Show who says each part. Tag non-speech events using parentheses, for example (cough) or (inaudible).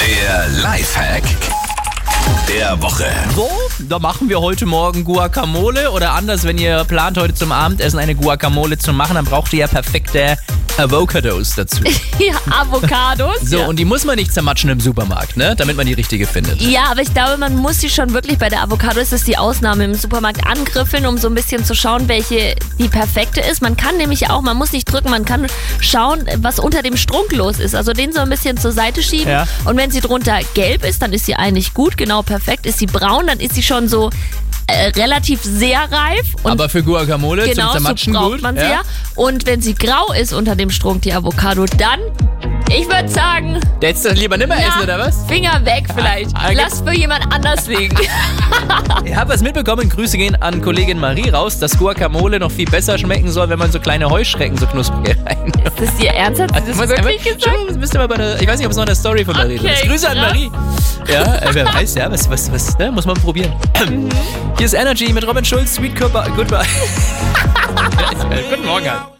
Speaker 1: Der Lifehack der Woche.
Speaker 2: So, da machen wir heute Morgen Guacamole oder anders, wenn ihr plant, heute zum Abendessen eine Guacamole zu machen, dann braucht ihr ja perfekte Avocados
Speaker 3: (laughs)
Speaker 2: dazu.
Speaker 3: Ja, Avocados.
Speaker 2: So,
Speaker 3: ja.
Speaker 2: und die muss man nicht zermatschen im Supermarkt, ne? Damit man die richtige findet.
Speaker 3: ja, aber ich glaube, man muss sie schon wirklich bei der Avocado, ist es die Ausnahme, im Supermarkt angriffeln, um so ein bisschen zu schauen, welche die perfekte ist. Man kann nämlich auch, man muss nicht drücken, man kann schauen, was unter dem Strunk los ist. Also den so ein bisschen zur Seite schieben.
Speaker 2: Ja.
Speaker 3: Und wenn sie drunter gelb ist, dann ist sie eigentlich gut, genau perfekt. Ist sie braun, dann ist sie schon so äh, relativ sehr reif. Und
Speaker 2: Aber für Guacamole zum
Speaker 3: genau so
Speaker 2: Zermatschen
Speaker 3: braucht
Speaker 2: gut.
Speaker 3: man sie ja. Und wenn sie grau ist unter dem Strunk, die Avocado, dann, ich würde sagen...
Speaker 2: Der hättest du das lieber nimmer
Speaker 3: Ja,
Speaker 2: essen, oder was?
Speaker 3: Finger weg vielleicht.
Speaker 2: Ah, ah,
Speaker 3: Lass für jemand
Speaker 2: (laughs)
Speaker 3: anders liegen.
Speaker 2: Ich habe was mitbekommen. Grüße gehen an Kollegin Marie raus, dass Guacamole noch viel besser schmecken soll, wenn man so kleine Heuschrecken so knusprig (laughs) rein.
Speaker 3: Ist das ihr ernsthaft? Hast du das
Speaker 2: Muss
Speaker 3: wirklich
Speaker 2: einfach-
Speaker 3: gesagt?
Speaker 2: Schon, das müsste mal bei einer, ich weiß nicht, ob es noch eine Story von Marie
Speaker 3: Okay,
Speaker 2: drin ist. Grüße an
Speaker 3: krass.
Speaker 2: Marie. Ja, äh, wer weiß, ja, was, was, was, ne, muss man probieren.
Speaker 3: Mhm.
Speaker 2: (laughs) Hier ist Energy mit Robin Schulz, Sweet Cooper, Goodbye. Guten Morgen. Halt.